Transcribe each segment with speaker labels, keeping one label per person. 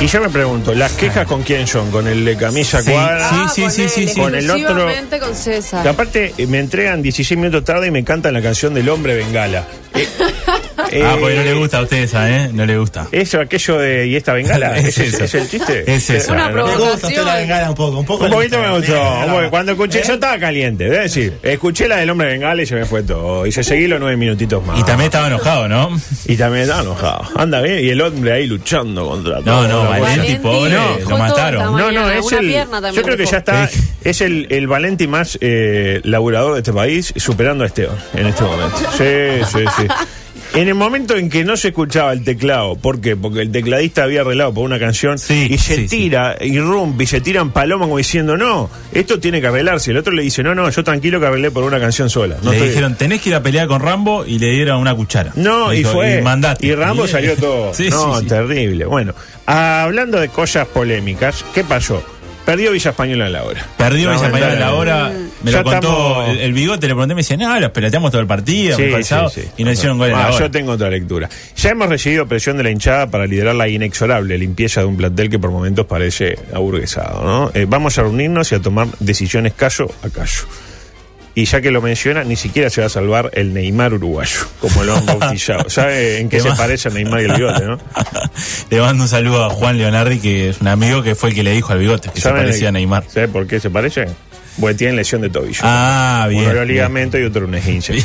Speaker 1: Y yo me pregunto, ¿las quejas con quién son? ¿Con el de camisa
Speaker 2: Sí,
Speaker 1: cuadra?
Speaker 2: sí, sí, sí, sí, sí.
Speaker 1: Con el otro-
Speaker 3: Ah, exclusivamente con César.
Speaker 1: Que aparte eh, me entregan 16 minutos tarde y me cantan la canción del hombre bengala. Eh,
Speaker 2: Ah,
Speaker 1: eh,
Speaker 2: porque no le gusta a usted esa, ¿eh? No le gusta.
Speaker 1: Eso, aquello de. ¿Y esta bengala?
Speaker 2: Es
Speaker 1: ¿Ese-
Speaker 2: eso.
Speaker 1: ese el chiste?
Speaker 2: Es eso.
Speaker 3: Una
Speaker 1: ¿no?
Speaker 3: provocación.
Speaker 4: un poco. Un, poco
Speaker 1: Un
Speaker 4: le
Speaker 1: poquito me
Speaker 4: gusta.
Speaker 1: gustó.
Speaker 4: Eh,
Speaker 1: un poco.
Speaker 4: no.
Speaker 1: Cuando escuché, yo estaba caliente. Es decir, escuché la del hombre bengala y se me fue todo. Y se seguí los nueve minutitos más.
Speaker 2: Y también estaba enojado, ¿no?
Speaker 1: Y también estaba enojado. Anda bien. Y el hombre ahí luchando contra todo.
Speaker 2: No, no, Valenti,
Speaker 3: Valenti,
Speaker 2: pobre,
Speaker 3: no,
Speaker 2: lo
Speaker 3: dejó todo
Speaker 2: mataron.
Speaker 1: No, no,
Speaker 3: mañana,
Speaker 1: es
Speaker 3: una
Speaker 1: el.
Speaker 3: pierna también
Speaker 1: Yo creo que
Speaker 3: dejó.
Speaker 1: ya está. Es el, el Valenti más eh, laburador de este país, superando a Esteban en este momento. Sí, sí, sí. En el momento en que no se escuchaba el teclado, ¿por qué? Porque el tecladista había arreglado por una canción
Speaker 2: Sí,
Speaker 1: y se
Speaker 2: sí, sí.
Speaker 1: tira, irrumpe y se tiran palomas como diciendo, no, esto tiene que arreglarse. El otro le dice, no, no, yo tranquilo que arreglé por una canción sola. No
Speaker 2: le
Speaker 1: estoy-
Speaker 2: dijeron, tenés que ir a pelear con Rambo y le dieron una cuchara.
Speaker 1: no,
Speaker 2: Le
Speaker 1: y
Speaker 2: dijo,
Speaker 1: fue.
Speaker 2: Y mandate.
Speaker 1: y Rambo
Speaker 2: él-
Speaker 1: salió todo.
Speaker 2: sí,
Speaker 1: no,
Speaker 2: sí, sí.
Speaker 1: terrible. Bueno, hablando de cosas polémicas, ¿qué pasó? Perdió Villa Española en la hora.
Speaker 2: Perdió Villa Española la hora.
Speaker 3: Mm.
Speaker 2: Me
Speaker 1: Ya
Speaker 2: lo contó
Speaker 1: estamos-
Speaker 2: el, el bigote, le pregunté, me decía, no, los peloteamos todo el partido,
Speaker 1: Sí,
Speaker 2: muy cansado",
Speaker 1: sí, sí.
Speaker 2: y no hicieron gol en
Speaker 1: Ah,
Speaker 2: la hora.
Speaker 1: Yo tengo otra lectura. Ya hemos recibido presión de la hinchada para liderar la inexorable limpieza de un plantel que por momentos parece aburguesado. ¿no? Eh, vamos a reunirnos y a tomar decisiones caso a caso. Y ya que lo menciona, ni siquiera se va a salvar el Neymar uruguayo, como lo han bautizado. ¿Sabe en qué se
Speaker 2: Neymar.
Speaker 1: parece a Neymar y el bigote, no?
Speaker 2: le mando un saludo a Juan Leonardi, que es un amigo que fue el que le dijo al bigote, que se
Speaker 1: ¿Saben
Speaker 2: parecía a
Speaker 1: el-
Speaker 2: Neymar.
Speaker 1: ¿Sabe por qué se parece? Porque tienen lesión de tobillo.
Speaker 2: Ah, bien.
Speaker 1: Uno era
Speaker 2: bien.
Speaker 1: ligamento y otro un esguince.
Speaker 2: Bien.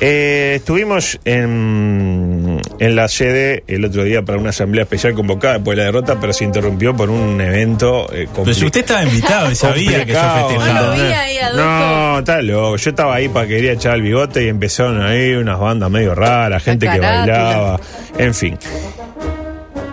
Speaker 1: Eh, estuvimos en, en la sede el otro día para una asamblea especial convocada después de la derrota, pero se interrumpió por un evento eh, compli-
Speaker 2: Pero si usted estaba invitado y sabía que yo
Speaker 1: complicado,
Speaker 2: festejaba.
Speaker 3: No lo vi ahí, adulto.
Speaker 1: No, está loco. Yo estaba ahí para que quería echar el bigote y empezaron ahí unas bandas medio raras, gente que
Speaker 3: carátula.
Speaker 1: bailaba. En fin.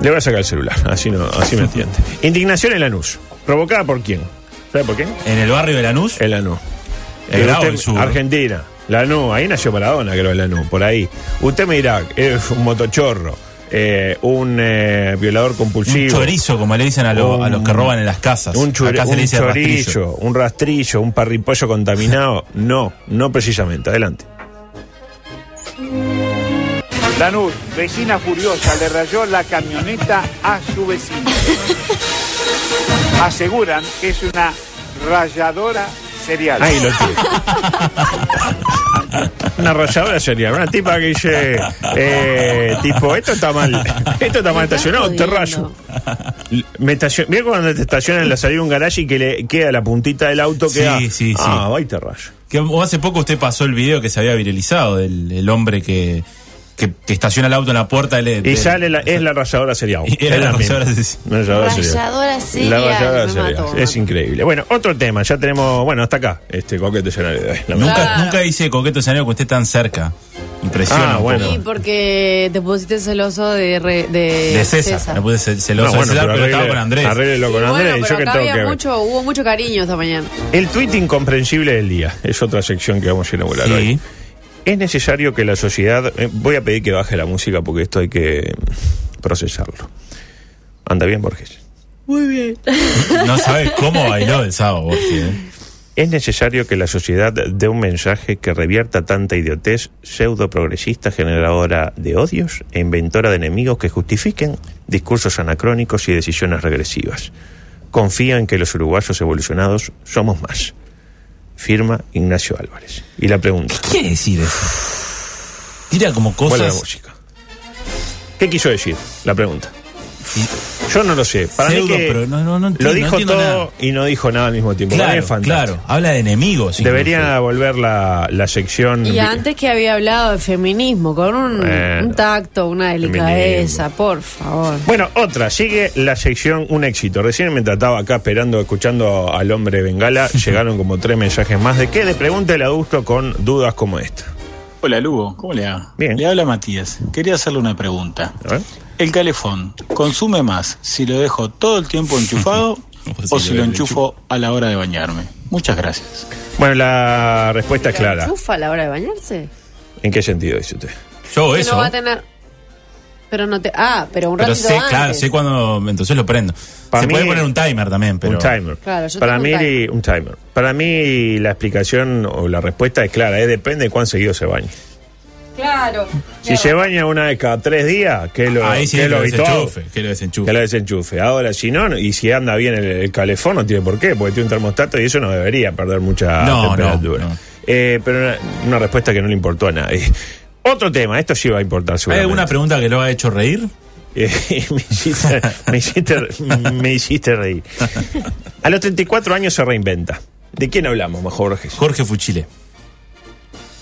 Speaker 1: Le voy a sacar el celular, así, no, así me entiende. Indignación en Lanús. ¿Provocada por quién? ¿Sabe por qué?
Speaker 2: En el barrio de Lanús,
Speaker 1: El Lanús.
Speaker 2: El
Speaker 1: Eh,
Speaker 2: Bravo
Speaker 1: usted-
Speaker 2: del Sur.
Speaker 1: Argentina. Lanús, ahí nació Maradona, creo, en Lanús, por ahí. Usted me dirá, es un motochorro, eh, un eh, violador
Speaker 2: un
Speaker 1: compulsivo.
Speaker 2: chorizo, como le dicen a, lo- a los que roban en las casas.
Speaker 1: Un, chori-
Speaker 2: Acá se
Speaker 1: un
Speaker 2: le dice rastrillo.
Speaker 1: chorizo, un rastrillo, un parripollo contaminado. No, no precisamente. Adelante.
Speaker 5: Lanús, vecina furiosa le rayó la camioneta a su vecino. Aseguran que es una rayadora serial.
Speaker 1: Ahí lo tiene. Una rayadora sería una tipa que dice, eh, tipo, esto está mal, esto está mal estacionado, te rayo. Me estacion- Mira cuando te estacionan en la salida de un garaje y que le queda la puntita del auto
Speaker 2: Sí,
Speaker 1: queda.
Speaker 2: sí, sí.
Speaker 1: Ah, va y te rayo.
Speaker 2: Que o hace poco usted pasó el video que se había viralizado del el hombre que, que, que estaciona el auto en la puerta del-
Speaker 1: Y
Speaker 2: del-
Speaker 1: sale la, es la rayadora serial.
Speaker 2: Y era
Speaker 1: Es
Speaker 2: la
Speaker 1: misma.
Speaker 2: ralladora serial.
Speaker 1: La ralladora serial.
Speaker 3: Ralladora
Speaker 1: La
Speaker 3: serial,
Speaker 1: ralladora
Speaker 3: me
Speaker 1: serial.
Speaker 3: mató.
Speaker 1: Es increíble. Bueno, otro tema. Ya tenemos. Bueno, hasta acá. Este coquete escenario de hoy. La
Speaker 2: Nunca,
Speaker 3: Claro.
Speaker 2: nunca hice coqueto escenario que usted tan cerca. Impresiona.
Speaker 1: Ah,
Speaker 2: un
Speaker 1: bueno.
Speaker 3: Sí,
Speaker 2: poco.
Speaker 3: porque te pusiste celoso de, re- de,
Speaker 2: De César.
Speaker 3: César.
Speaker 2: No pude ser celoso
Speaker 1: No,
Speaker 2: de César, pero,
Speaker 1: Ah, arregle-
Speaker 2: estaba con Andrés.
Speaker 1: Arréglelo
Speaker 3: Y
Speaker 1: con
Speaker 3: bueno,
Speaker 1: Andrés.
Speaker 3: pero
Speaker 1: yo que
Speaker 3: acá
Speaker 1: tengo
Speaker 3: había
Speaker 1: que ver.
Speaker 3: mucho, hubo mucho cariño esta mañana.
Speaker 1: El tuit incomprensible del día es otra sección que vamos a inaugurar hoy.
Speaker 2: Sí.
Speaker 1: Es necesario que la sociedad. eh, voy a pedir que baje la música porque esto hay que mm, procesarlo. Anda bien, Borges.
Speaker 3: Muy bien.
Speaker 2: No sabes cómo bailó el sábado, Borges, ¿eh?
Speaker 1: Es necesario que la sociedad dé un mensaje que revierta tanta idiotez pseudo progresista, generadora de odios e inventora de enemigos que justifiquen discursos anacrónicos y decisiones regresivas. Confía en que los uruguayos evolucionados somos más. Firma Ignacio Álvarez. Y la pregunta.
Speaker 2: ¿Qué quiere decir eso? Tira como
Speaker 1: Vuelve la
Speaker 2: cosas.
Speaker 1: música. ¿Qué quiso decir? La pregunta. Yo no lo sé. Para mí
Speaker 2: Pseudo,
Speaker 1: que
Speaker 2: pero no- no- no
Speaker 1: lo
Speaker 2: entiendo, no
Speaker 1: dijo
Speaker 2: entiendo
Speaker 1: todo
Speaker 2: nada.
Speaker 1: y no dijo nada al mismo tiempo. Para mí es
Speaker 2: Claro,
Speaker 1: fantástico.
Speaker 2: claro. Habla de enemigos. incluso.
Speaker 1: Debería volver la, la sección.
Speaker 3: Y antes que había hablado de feminismo, con un,
Speaker 1: Mm. Bueno.
Speaker 3: un tacto, una delicadeza, por favor.
Speaker 1: Bueno, otra, sigue la sección Un éxito. Recién mientras estaba acá esperando, escuchando al hombre bengala, llegaron como tres mensajes más de que le pregunte el adusto con dudas como esta.
Speaker 6: Hola Lugo, ¿cómo le va?
Speaker 1: Bien.
Speaker 6: Le habla Matías. Quería hacerle una pregunta.
Speaker 1: A ver.
Speaker 7: El calefón consume más si lo dejo todo el tiempo enchufado o si lo enchufo a la hora de bañarme. Muchas gracias.
Speaker 1: Bueno, la respuesta es clara.
Speaker 3: ¿Chufa a la hora de bañarse?
Speaker 1: ¿En qué sentido dice usted?
Speaker 2: Yo hago
Speaker 3: Que
Speaker 2: eso.
Speaker 3: no va a tener... Pero no te... Ah, pero un
Speaker 2: pero
Speaker 3: ratito
Speaker 2: sé,
Speaker 3: antes.
Speaker 2: claro, sé cuando. Entonces lo prendo.
Speaker 1: Para
Speaker 2: Se
Speaker 1: mí-
Speaker 2: puede poner un timer también, pero.
Speaker 1: Un timer.
Speaker 3: Claro, yo
Speaker 1: Para mí,
Speaker 3: tengo un timer.
Speaker 1: un timer. Para mí, la explicación o la respuesta es clara. eh, depende de cuán seguido se bañe.
Speaker 3: Claro.
Speaker 1: Si se baña una vez cada tres días, que es lo,
Speaker 2: Ahí
Speaker 1: que
Speaker 2: sí que
Speaker 1: es lo
Speaker 2: lo
Speaker 1: habitual,
Speaker 2: desenchufe. Que lo
Speaker 1: que
Speaker 2: desenchufe.
Speaker 1: la desenchufe. Ahora, si no, y si anda bien el, el calefón, no tiene por qué, porque tiene un termostato y eso no debería perder mucha
Speaker 2: No, no,
Speaker 1: temperatura.
Speaker 2: no.
Speaker 1: Eh, pero una, una respuesta que no le importó a nadie. Otro tema, esto sí va a importar
Speaker 2: ¿Hay
Speaker 1: seguramente.
Speaker 2: alguna pregunta que lo ha hecho reír?
Speaker 1: Eh, me, hiciste, me, hiciste- me hiciste reír. A los 34 años se reinventa. ¿De quién hablamos, más Jorge?
Speaker 2: Jorge Fuchile.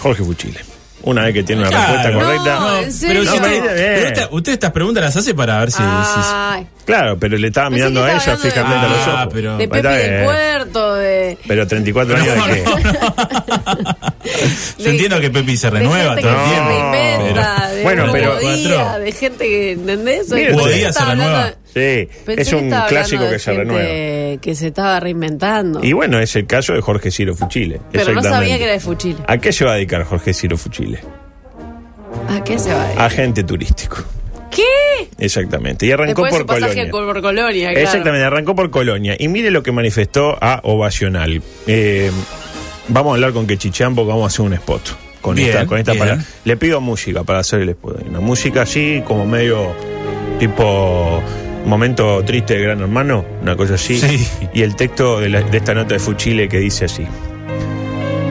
Speaker 1: Jorge Fuchile. Una vez que tiene una
Speaker 2: Claro.
Speaker 1: respuesta correcta.
Speaker 3: No, en serio.
Speaker 2: Pero, si
Speaker 1: No,
Speaker 2: usted,
Speaker 1: pero-
Speaker 2: pero esta- usted estas preguntas las hace para ver si. si-
Speaker 3: Ay,
Speaker 1: Claro, pero le estaba
Speaker 3: Pensé
Speaker 1: mirando
Speaker 3: que
Speaker 1: a ella
Speaker 3: estaba hablando de-
Speaker 1: fijamente a los
Speaker 2: Ah,
Speaker 1: ojos.
Speaker 2: pero-
Speaker 3: de
Speaker 1: Ahí
Speaker 3: Pepe
Speaker 1: está,
Speaker 3: del
Speaker 1: eh.
Speaker 3: Puerto, de...
Speaker 1: Pero 34 años
Speaker 2: No,
Speaker 1: de qué?
Speaker 2: no, no. Yo
Speaker 3: De-
Speaker 2: entiendo que Pepi se
Speaker 3: de
Speaker 2: renueva
Speaker 3: gente
Speaker 2: todo
Speaker 3: que
Speaker 2: el
Speaker 3: se
Speaker 2: tiempo.
Speaker 3: reinventa,
Speaker 1: No.
Speaker 3: de
Speaker 1: Bueno,
Speaker 3: Hugo
Speaker 1: pero-
Speaker 3: Díaz, de gente que, ¿entendés? Oye,
Speaker 1: Mire
Speaker 3: pensé
Speaker 1: usted.
Speaker 3: que
Speaker 2: Díaz
Speaker 3: estaba
Speaker 2: a la
Speaker 3: hablando-
Speaker 2: nueva.
Speaker 1: Sí,
Speaker 3: pensé
Speaker 1: es
Speaker 3: que
Speaker 1: un
Speaker 3: estaba
Speaker 1: clásico
Speaker 3: hablando de
Speaker 1: que se
Speaker 3: gente
Speaker 1: renueva.
Speaker 3: Que se estaba reinventando.
Speaker 1: Y bueno, es el caso de Jorge Ciro Fuchile.
Speaker 3: pero no sabía
Speaker 1: exactamente.
Speaker 3: que era de Fuchile.
Speaker 1: ¿A qué se va a dedicar Jorge Ciro Fuchile? Ah,
Speaker 3: ¿A qué se va? a ir?
Speaker 1: Agente turístico.
Speaker 3: ¿Qué?
Speaker 1: Exactamente. Y Ah. arrancó
Speaker 3: Después de
Speaker 1: por
Speaker 3: su pasaje
Speaker 1: Colonia.
Speaker 3: por Colonia, claro.
Speaker 1: Exactamente, arrancó por Colonia. Y mire lo que manifestó a Ovacional. Eh, vamos a hablar con Quechichán porque vamos a hacer un spot. Con
Speaker 2: Bien,
Speaker 1: esta, con esta
Speaker 2: bien.
Speaker 1: palabra. Le pido música para hacer el spot. Una música así, como medio tipo momento triste de Gran Hermano, una cosa así.
Speaker 2: Sí.
Speaker 1: Y el texto de, la- de esta nota de Fuchile que dice así.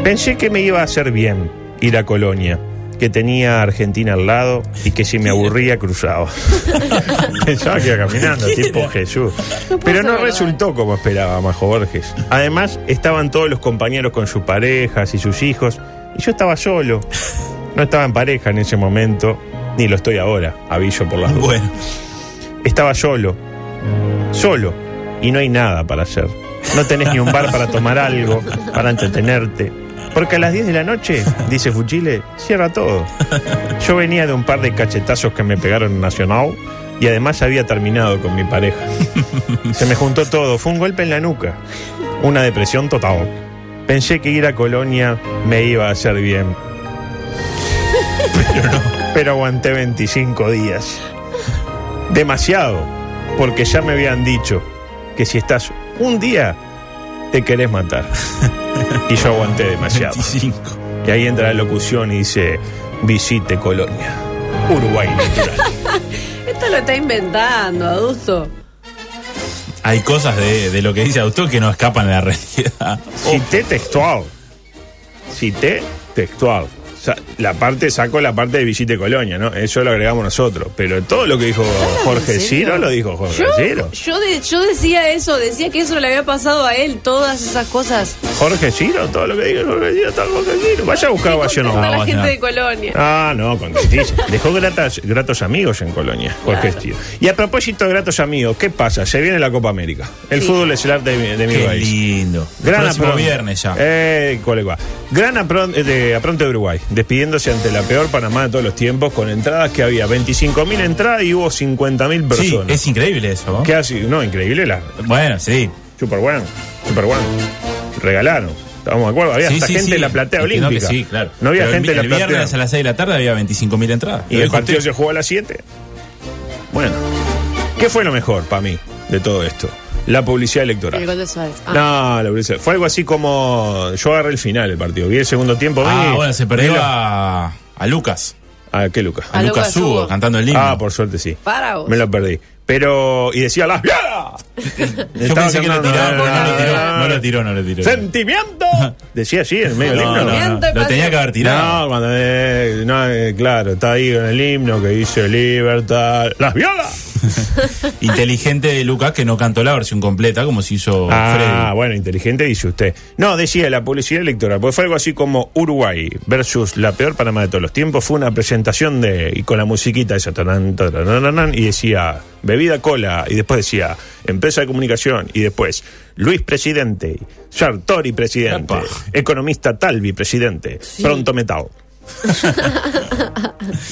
Speaker 1: Pensé que me iba a hacer bien ir a Colonia, que tenía Argentina al lado y que si me aburría cruzaba. Pensaba que iba caminando, tipo Jesús. Pero no
Speaker 3: ser verdad.
Speaker 1: resultó como esperaba Majo Borges. Además, estaban todos los compañeros con sus parejas y sus hijos, y yo estaba solo. No estaba en pareja en ese momento, ni lo estoy ahora, aviso por las dudas.
Speaker 2: Bueno,
Speaker 1: Estaba solo. Solo. Y no hay nada para hacer. No tenés ni un bar para tomar algo, para entretenerte. Porque a las 10 de la noche, dice Fuchile, cierra todo. Yo venía de un par de cachetazos que me pegaron en Nacional y además había terminado con mi pareja. Se me juntó todo, fue un golpe en la nuca. Una depresión total. Pensé que ir a Colonia me iba a hacer bien. Pero no. Pero aguanté 25 días. Demasiado, porque ya me habían dicho que si estás un día, te querés matar. Y yo aguanté demasiado.
Speaker 2: 25.
Speaker 1: Y ahí entra la locución y dice, visite Colonia, Uruguay natural".
Speaker 3: Esto lo está inventando, adusto.
Speaker 2: Hay cosas de, de lo que dice Autor que no escapan a la realidad.
Speaker 1: Cité textual. Cité textual. O sea, la parte, saco la parte de visite Colonia, ¿no? Eso lo agregamos nosotros. Pero todo lo que dijo Jorge
Speaker 3: ¿En serio?
Speaker 1: Ciro lo dijo Jorge Ciro.
Speaker 3: Yo, yo, de- yo decía eso, decía que eso le había pasado a él, todas esas cosas.
Speaker 1: Jorge Ciro, todo lo que dijo Jorge Ciro, todo Jorge Ciro. Vaya a buscar Ovación
Speaker 3: Contenta a
Speaker 2: no,
Speaker 3: la gente
Speaker 2: no.
Speaker 3: de Colonia.
Speaker 1: Ah, no, contentísimo. Dejó gratas, gratos amigos en Colonia, Jorge Estío. Y a propósito de gratos amigos, ¿qué pasa? Se viene la Copa América. El
Speaker 3: Sí.
Speaker 1: fútbol es el arte de mi, de mi
Speaker 2: Qué
Speaker 1: país.
Speaker 2: lindo.
Speaker 1: Gran
Speaker 2: Próximo
Speaker 1: apron-
Speaker 2: viernes ya.
Speaker 1: Eh, colegua. Gran apron- eh, de apronte de Uruguay, despidiéndose ante la peor Panamá de todos los tiempos, con entradas que había 25.000 entradas y hubo 50.000
Speaker 2: sí,
Speaker 1: personas.
Speaker 2: es increíble eso. ¿no?
Speaker 1: ¿Qué así? No, increíble la
Speaker 2: Bueno, sí.
Speaker 1: Super One, Super One. Regalaron. Estamos de acuerdo. Había
Speaker 2: Sí,
Speaker 1: hasta
Speaker 2: sí,
Speaker 1: gente
Speaker 2: sí.
Speaker 1: en la platea
Speaker 2: Es que no, que
Speaker 1: olímpica.
Speaker 2: sí, claro.
Speaker 1: No había
Speaker 2: Pero el-
Speaker 1: gente en la
Speaker 2: El
Speaker 1: platea.
Speaker 2: viernes a las 6 de la tarde había 25.000 entradas.
Speaker 1: Y
Speaker 2: Lo
Speaker 1: el
Speaker 2: dijo
Speaker 1: partido
Speaker 2: usted.
Speaker 1: se jugó a las 7. Bueno, ¿qué fue lo mejor para mí de todo esto? La publicidad
Speaker 3: El gol
Speaker 1: electoral.
Speaker 3: de Suárez. Ah.
Speaker 1: No, la publicidad. Fue algo así como. Yo agarré el final del partido. Vi el segundo tiempo.
Speaker 2: Ah,
Speaker 1: vi-
Speaker 2: bueno, se
Speaker 1: vi
Speaker 2: perdió
Speaker 1: la-
Speaker 2: a, a Lucas.
Speaker 1: ¿A qué Lucas?
Speaker 2: A,
Speaker 3: A
Speaker 2: Lucas
Speaker 3: Lucas
Speaker 2: Hugo
Speaker 3: Hugo.
Speaker 2: cantando el himno.
Speaker 1: Ah, por suerte sí.
Speaker 3: Para vos.
Speaker 1: Me lo perdí. Pero. Y decía las. ¡Viada!
Speaker 2: Yo pensé que lo tiraba, pero no lo tiró.
Speaker 1: Ah,
Speaker 2: No lo tiró, no lo tiró.
Speaker 1: ¡Sentimiento! Decía así en medio del
Speaker 2: No,
Speaker 1: himno.
Speaker 2: no,
Speaker 1: ¿no?
Speaker 2: no,
Speaker 3: Sentimiento y
Speaker 2: Lo tenía
Speaker 3: pasión.
Speaker 2: que haber tirado.
Speaker 1: No, cuando, eh, no, eh, claro, está ahí en el himno que dice libertad. ¡Las violas!
Speaker 2: Inteligente de Lucas que no cantó la versión completa como se hizo
Speaker 1: Ah,
Speaker 2: Freddy.
Speaker 1: bueno, inteligente dice usted. No, decía la publicidad electoral, porque fue algo así como Uruguay versus la peor Panamá de todos los tiempos. Fue una presentación de y con la musiquita esa tanan, taran, taran, y decía bebida cola y después decía empresa de comunicación y después Luis presidente, Sartori presidente,
Speaker 2: Epa.
Speaker 1: economista Talvi presidente, pronto metal.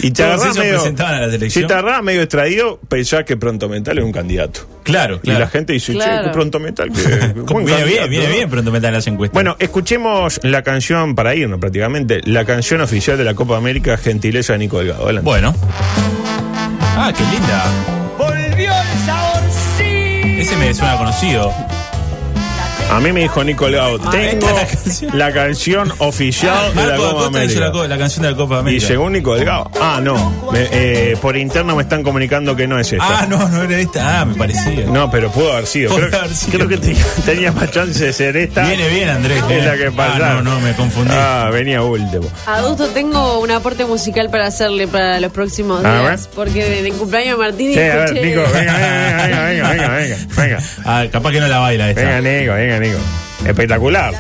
Speaker 1: Y te
Speaker 2: Todos
Speaker 1: agarrás
Speaker 2: ellos
Speaker 1: medio,
Speaker 2: presentaban a la selección.
Speaker 1: si te agarrás medio extraído, pensás que pronto mental es un candidato.
Speaker 2: Claro,
Speaker 1: Y
Speaker 2: claro.
Speaker 1: la gente dice, che,
Speaker 3: Claro.
Speaker 1: qué pronto mental. Que, buen
Speaker 2: Viene
Speaker 1: candidato,
Speaker 2: bien, viene
Speaker 1: ¿no?
Speaker 2: bien, pronto metan las encuestas.
Speaker 1: Bueno, escuchemos la canción para irnos prácticamente, la canción oficial de la Copa América, Gentileza de Nico Delgado. Adelante.
Speaker 2: Bueno. Ah, qué linda.
Speaker 8: Volvió el saborcito.
Speaker 2: Ese me suena conocido.
Speaker 1: A mí me dijo Nico Delgado, tengo
Speaker 2: Ah, esta es la canción.
Speaker 1: la canción
Speaker 2: Ah,
Speaker 1: oficial de la Copa
Speaker 2: Marco Acosta hizo la,
Speaker 1: América.
Speaker 2: co- la canción de la Copa
Speaker 1: Y
Speaker 2: América.
Speaker 1: llegó Nico Delgado. Ah, no. me- eh, por interno me están comunicando que no es esta.
Speaker 2: Ah, no, no era esta. Ah, me parecía.
Speaker 1: No, pero pudo haber sido.
Speaker 2: Pudo
Speaker 1: Creo,
Speaker 2: haber sido.
Speaker 1: creo que te- tenía más chance de ser esta.
Speaker 2: Viene bien, Andrés.
Speaker 1: Es
Speaker 2: eh.
Speaker 1: la que
Speaker 2: Ah,
Speaker 1: pasaron.
Speaker 2: no, no, me confundí.
Speaker 1: Ah, venía último.
Speaker 3: Adulto, tengo un aporte musical para hacerle para los próximos
Speaker 1: A
Speaker 3: días.
Speaker 1: ver.
Speaker 3: Porque de, de cumpleaños de Martín
Speaker 1: Sí, a ver,
Speaker 3: escuché-
Speaker 1: Nico, venga, venga, venga, venga, venga, venga, venga.
Speaker 2: Ah, capaz que no la baila esta.
Speaker 1: Venga, Nico, venga, Nico. Espectacular.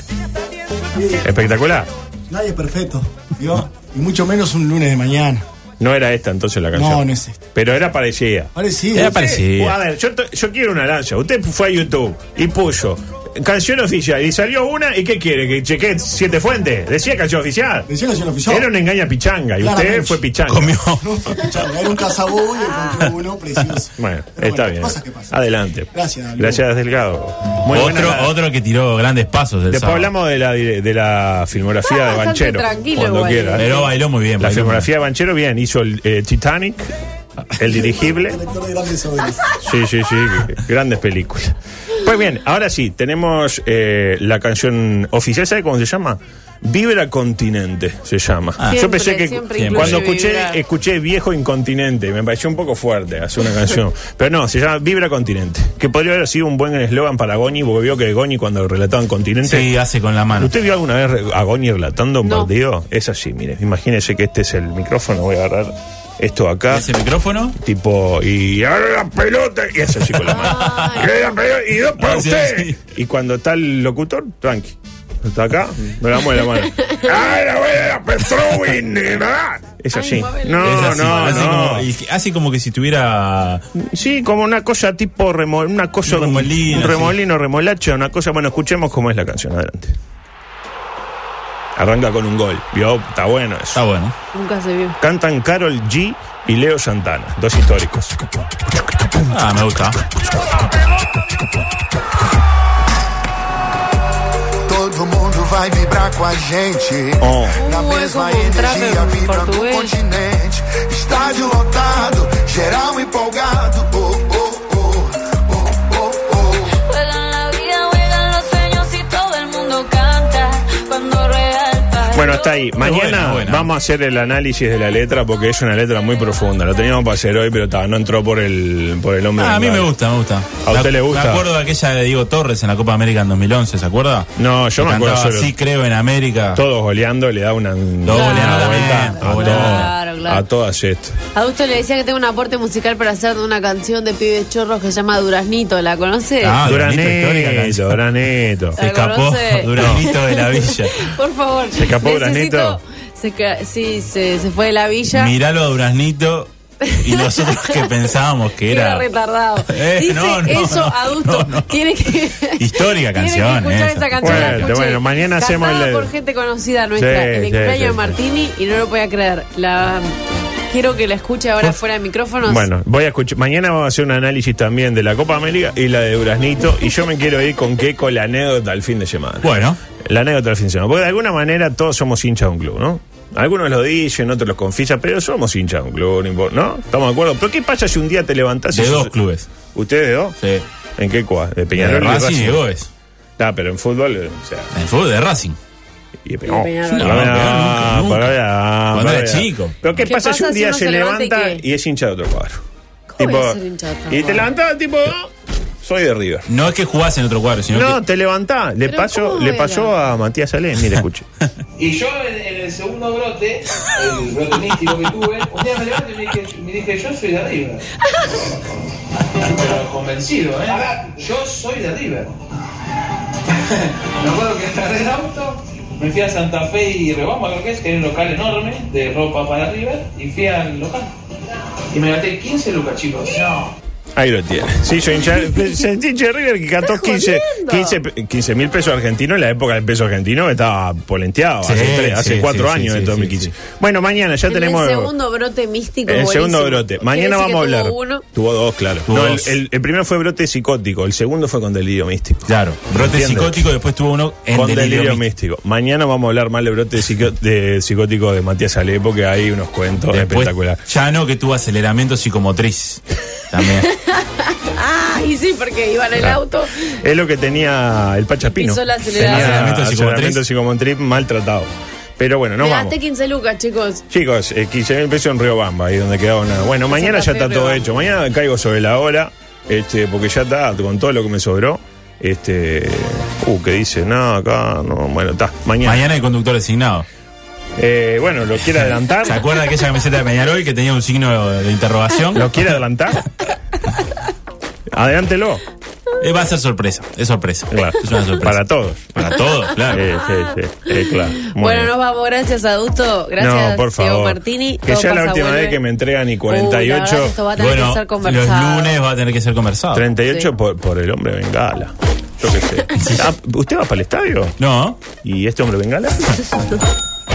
Speaker 1: Espectacular.
Speaker 4: Nadie es perfecto, ¿vio? Y mucho menos un lunes de mañana.
Speaker 1: No era esta entonces la canción.
Speaker 4: No, no es esta.
Speaker 1: Pero era parecida. Eh,
Speaker 4: Parecido.
Speaker 2: Era parecido.
Speaker 1: A ver, yo, to- yo quiero una lanza. Usted fue a YouTube y puso canción oficial y salió una. ¿Y qué quiere? ¿Que chequee siete fuentes? Decía canción oficial.
Speaker 4: Decía canción oficial.
Speaker 1: Era una engaña pichanga y usted
Speaker 4: Claramente.
Speaker 1: fue pichanga.
Speaker 2: Comió.
Speaker 4: No, chao, era un cazabú y encontró uno precioso.
Speaker 1: Bueno,
Speaker 4: Pero
Speaker 1: está
Speaker 4: bueno,
Speaker 1: bien.
Speaker 4: cosas que pasan.
Speaker 1: Adelante.
Speaker 4: Gracias, Lu.
Speaker 1: Gracias, Delgado. Muy buena
Speaker 2: otro,
Speaker 1: la-
Speaker 2: otro que tiró grandes pasos del
Speaker 1: Después
Speaker 2: sábado.
Speaker 1: hablamos de la, dire- de la filmografía
Speaker 3: Estaba
Speaker 1: de
Speaker 3: bastante
Speaker 1: Banchero.
Speaker 3: tranquilo
Speaker 1: Cuando
Speaker 3: igual.
Speaker 1: quiera.
Speaker 2: Pero bailó muy bien.
Speaker 1: La
Speaker 2: bailó muy bien.
Speaker 1: filmografía de Banchero, bien. Hizo el eh, Titanic, el dirigible.
Speaker 4: Director de grandes obras.
Speaker 1: Sí, sí, sí. Grandes películas. Pues bien, ahora sí, tenemos eh, la canción oficial. ¿Sabe cómo se llama? Vibra Continente se llama.
Speaker 3: Ah. Siempre,
Speaker 1: Yo pensé que
Speaker 3: siempre
Speaker 2: incluye
Speaker 1: cuando escuché,
Speaker 3: vibrar.
Speaker 1: escuché Viejo Incontinente, me pareció un poco fuerte hacer una canción. Pero no, se llama Vibra Continente, que podría haber sido un buen eslogan para Goni, porque vio que Goni cuando relataban Continente
Speaker 2: Sí, hace con la mano.
Speaker 1: ¿Usted vio alguna vez a Goni relatando un
Speaker 3: No.
Speaker 1: partido? Es así, mire. Imagínese que este es el micrófono. Voy a agarrar esto acá.
Speaker 2: Ese micrófono.
Speaker 1: Tipo, y ahora la pelota. Y eso así con la mano.
Speaker 3: Ay.
Speaker 1: Y la pelota, y dos para
Speaker 2: Ah, sí,
Speaker 1: usted.
Speaker 2: sí.
Speaker 1: Y cuando está el locutor, tranqui. Está acá, me la mueve la mano. ¡Ay, la voy a Petrovin! Es
Speaker 3: Ay,
Speaker 1: así.
Speaker 3: mueve la-
Speaker 1: No,
Speaker 2: Es así,
Speaker 1: no,
Speaker 2: hace,
Speaker 1: no.
Speaker 2: Como, y- hace como que si tuviera.
Speaker 1: Sí, como una cosa tipo remo- una cosa
Speaker 2: Un remolino,
Speaker 1: un remolino, remolacha, una cosa. Bueno, escuchemos cómo es la canción. Adelante. Arranca con un gol. Vio, está bueno eso.
Speaker 2: Está bueno.
Speaker 3: Nunca se vio.
Speaker 1: Cantan Carol G y Leo Santana, dos históricos.
Speaker 2: Ah, me gusta.
Speaker 6: Todo mundo vai vibrar com a gente. Na
Speaker 1: Oh,
Speaker 3: Uh, é como
Speaker 6: mesma
Speaker 3: um
Speaker 6: energia
Speaker 3: trago
Speaker 6: vibra do
Speaker 3: português.
Speaker 6: continente. Estádio lotado, geral empolgado. Oh, oh, oh, oh, oh, oh.
Speaker 9: Juegan la vida, juegan los sueños y todo el mundo canta cuando real
Speaker 1: Bueno, está ahí. Mañana
Speaker 2: buena, buena.
Speaker 1: vamos a hacer el análisis de la letra porque es una letra muy profunda. Lo teníamos para hacer hoy, pero ta, no entró por el, por el hombre.
Speaker 2: Ah, a mí me
Speaker 1: bengala.
Speaker 2: gusta, me gusta.
Speaker 1: ¿A usted
Speaker 2: Me-
Speaker 1: le gusta?
Speaker 2: Me acuerdo de aquella de Diego Torres en la Copa América en 2011, ¿se acuerda?
Speaker 1: No, yo
Speaker 2: Que
Speaker 1: me acuerdo
Speaker 2: cantaba
Speaker 1: solo.
Speaker 2: Sí, creo en América.
Speaker 1: Todos goleando, le da una, una
Speaker 2: goleando
Speaker 1: vuelta
Speaker 2: también,
Speaker 1: a,
Speaker 2: goleando.
Speaker 1: todas-
Speaker 3: Claro, claro.
Speaker 1: a todas estas.
Speaker 3: Adulto le decía que tengo un aporte musical para hacer de una canción de pibes chorros que se llama Duraznito. ¿La conoce?
Speaker 2: Ah, Duranito, histórica
Speaker 1: Duraneto,
Speaker 2: canción.
Speaker 1: Duraneto.
Speaker 2: Se
Speaker 3: ¿La
Speaker 2: escapó
Speaker 3: conoce?
Speaker 2: Duranito de la Villa.
Speaker 3: Por favor.
Speaker 1: ¿Se escapó Duraznito?
Speaker 3: Se, ca- sí, se, se fue de la villa.
Speaker 2: Miralo a Duraznito y nosotros que pensábamos que
Speaker 3: Era
Speaker 2: era.
Speaker 3: retardado.
Speaker 2: Eh,
Speaker 3: Dice
Speaker 2: no, no,
Speaker 3: eso,
Speaker 2: no,
Speaker 3: adulto.
Speaker 2: no, no.
Speaker 3: Tiene que.
Speaker 2: Histórica
Speaker 3: tiene que
Speaker 2: canción,
Speaker 3: escuchar
Speaker 2: esa.
Speaker 3: esa canción. la
Speaker 1: Bueno,
Speaker 3: escuché.
Speaker 1: bueno, mañana
Speaker 3: Cantada
Speaker 1: hacemos el-
Speaker 3: por gente conocida nuestra.
Speaker 1: Sí,
Speaker 3: el
Speaker 1: sí,
Speaker 3: extraño
Speaker 1: sí,
Speaker 3: de
Speaker 1: sí.
Speaker 3: Martini y no lo podía creer. La. Quiero que la escuche ahora fuera de micrófonos.
Speaker 1: Bueno, voy a escuchar. Mañana vamos a hacer un análisis también de la Copa América y la de Duraznito. Y yo me quiero ir con qué con la anécdota al fin de semana.
Speaker 2: Bueno,
Speaker 1: La anécdota del fin de semana. Porque de alguna manera todos somos hinchas de un club, ¿no? Algunos lo dicen, otros lo confiesan, pero somos hinchas de un club, no importa, ¿no? ¿Estamos de acuerdo? Pero ¿qué pasa si un día te levantás y
Speaker 2: de
Speaker 1: sos-
Speaker 2: dos clubes.
Speaker 1: ¿Ustedes de dos?
Speaker 2: Sí.
Speaker 1: ¿En qué cuá? De
Speaker 2: de
Speaker 1: Peñarol y
Speaker 2: Racing y
Speaker 1: Racing.
Speaker 2: de Goes.
Speaker 1: Ah, pero en fútbol, eh, o sea,
Speaker 2: En fútbol de Racing.
Speaker 1: y de Peñarol.
Speaker 3: Y de Peñarol.
Speaker 2: No,
Speaker 1: Pará,
Speaker 2: Peñarol nunca, nunca.
Speaker 1: pará,
Speaker 2: Cuando era
Speaker 1: pará.
Speaker 2: chico.
Speaker 1: Pero ¿qué,
Speaker 3: ¿Qué
Speaker 1: pasa, si
Speaker 3: pasa
Speaker 1: un
Speaker 3: si
Speaker 1: día
Speaker 3: uno
Speaker 1: se
Speaker 3: se levanta y
Speaker 1: levanta
Speaker 3: qué?
Speaker 1: y es hincha de otro cuadro?
Speaker 3: ¿Cómo voy a ser hincha de otro
Speaker 1: y te
Speaker 3: cuadro?
Speaker 1: levantás tipo, soy de River.
Speaker 2: No es que jugás en otro cuadro, sino
Speaker 1: No,
Speaker 2: que.
Speaker 1: te levantás. Le,
Speaker 3: Pero
Speaker 1: pasó,
Speaker 3: ¿cómo
Speaker 1: le
Speaker 3: era?
Speaker 1: pasó a Matías Alén, mire, escuche.
Speaker 10: Y yo en, en el segundo brote, el brote místico que tuve, un día me levanté y me dije, me dije, yo soy de River. Pero convencido, ¿eh? Yo soy de River. me acuerdo que agarré el auto, me fui a Santa Fe y Rebamba, creo que es, que hay un local enorme de ropa para River, y fui al local. Y me gasté 15 lucas, chicos. No.
Speaker 1: Ahí lo tiene. Sí, soy hincha, soy hincha de River que cantó 15 mil pesos argentinos. En la época del peso argentino estaba polenteado.
Speaker 11: Sí,
Speaker 1: hace tres-
Speaker 11: sí,
Speaker 1: hace
Speaker 11: sí,
Speaker 1: cuatro
Speaker 11: sí,
Speaker 1: años,
Speaker 11: sí, sí,
Speaker 1: en 2015.
Speaker 11: sí. Bueno, mañana ya
Speaker 3: En
Speaker 1: tenemos.
Speaker 3: El segundo brote místico.
Speaker 1: El
Speaker 3: buenísimo.
Speaker 1: segundo brote.
Speaker 3: Quiere
Speaker 1: Mañana vamos a
Speaker 3: decir que
Speaker 1: hablar.
Speaker 3: tuvo uno.
Speaker 1: Tuvo dos, claro.
Speaker 2: Tuvo
Speaker 1: No, el-
Speaker 2: dos.
Speaker 1: El, el primero fue brote psicótico, el segundo fue con delirio místico.
Speaker 2: Claro, brote
Speaker 1: ¿Entiendes?
Speaker 2: psicótico, después tuvo uno en
Speaker 1: con
Speaker 2: delirio,
Speaker 1: delirio
Speaker 2: místico.
Speaker 1: místico. Mañana vamos a hablar más del brote psico- de psicótico de Matías Ale, porque hay unos cuentos
Speaker 2: Después,
Speaker 1: espectaculares.
Speaker 2: Llano que tuvo aceleramiento psicomotriz. También.
Speaker 3: Ah, y sí, porque iba en el
Speaker 1: Claro.
Speaker 3: auto.
Speaker 1: Es lo que tenía el Pachapino.
Speaker 3: Hizo el
Speaker 1: Tenía
Speaker 3: acelerador.
Speaker 2: Aceleramiento
Speaker 1: aceleramiento psicomotriz maltratado. Pero bueno, no
Speaker 3: Me
Speaker 1: vamos.
Speaker 3: gasté 15 lucas, chicos.
Speaker 1: Chicos, eh, 15 mil pesos en Riobamba, ahí donde quedaba una. Bueno,
Speaker 3: Santa
Speaker 1: mañana ya
Speaker 3: Fe,
Speaker 1: está todo
Speaker 3: Riobamba.
Speaker 1: hecho. Mañana caigo sobre la hora, este, porque ya está con todo lo que me sobró. Este, uh, que dice, no, acá, no, bueno, está, mañana.
Speaker 2: Mañana el conductor designado.
Speaker 1: Eh, bueno, lo quiere adelantar.
Speaker 2: ¿Se acuerda de aquella camiseta de Peñarol que tenía un signo de interrogación?
Speaker 1: ¿Lo quiere adelantar? Adelántelo.
Speaker 2: Eh, va a ser sorpresa, es sorpresa.
Speaker 1: Claro,
Speaker 2: Es una sorpresa.
Speaker 1: Para todos.
Speaker 2: Para todos, claro.
Speaker 1: Eh, sí, sí, eh, claro. Muy
Speaker 3: Bueno,
Speaker 1: bien.
Speaker 3: nos vamos. Gracias, Adusto. Gracias,
Speaker 1: no, por
Speaker 3: Diego
Speaker 1: favor.
Speaker 3: Martini.
Speaker 1: Que
Speaker 3: Todo
Speaker 1: ya es la
Speaker 3: pasa,
Speaker 1: última
Speaker 3: vuelve.
Speaker 1: vez que me entregan y
Speaker 3: Uh, la verdad
Speaker 1: 48.
Speaker 3: que esto va a tener que ser
Speaker 2: los
Speaker 3: conversado.
Speaker 2: lunes va a tener que ser conversado.
Speaker 1: 38
Speaker 3: Sí.
Speaker 1: por, por el hombre bengala. Yo qué sé. Ah, ¿Usted va para el estadio?
Speaker 2: No.
Speaker 1: ¿Y este hombre bengala?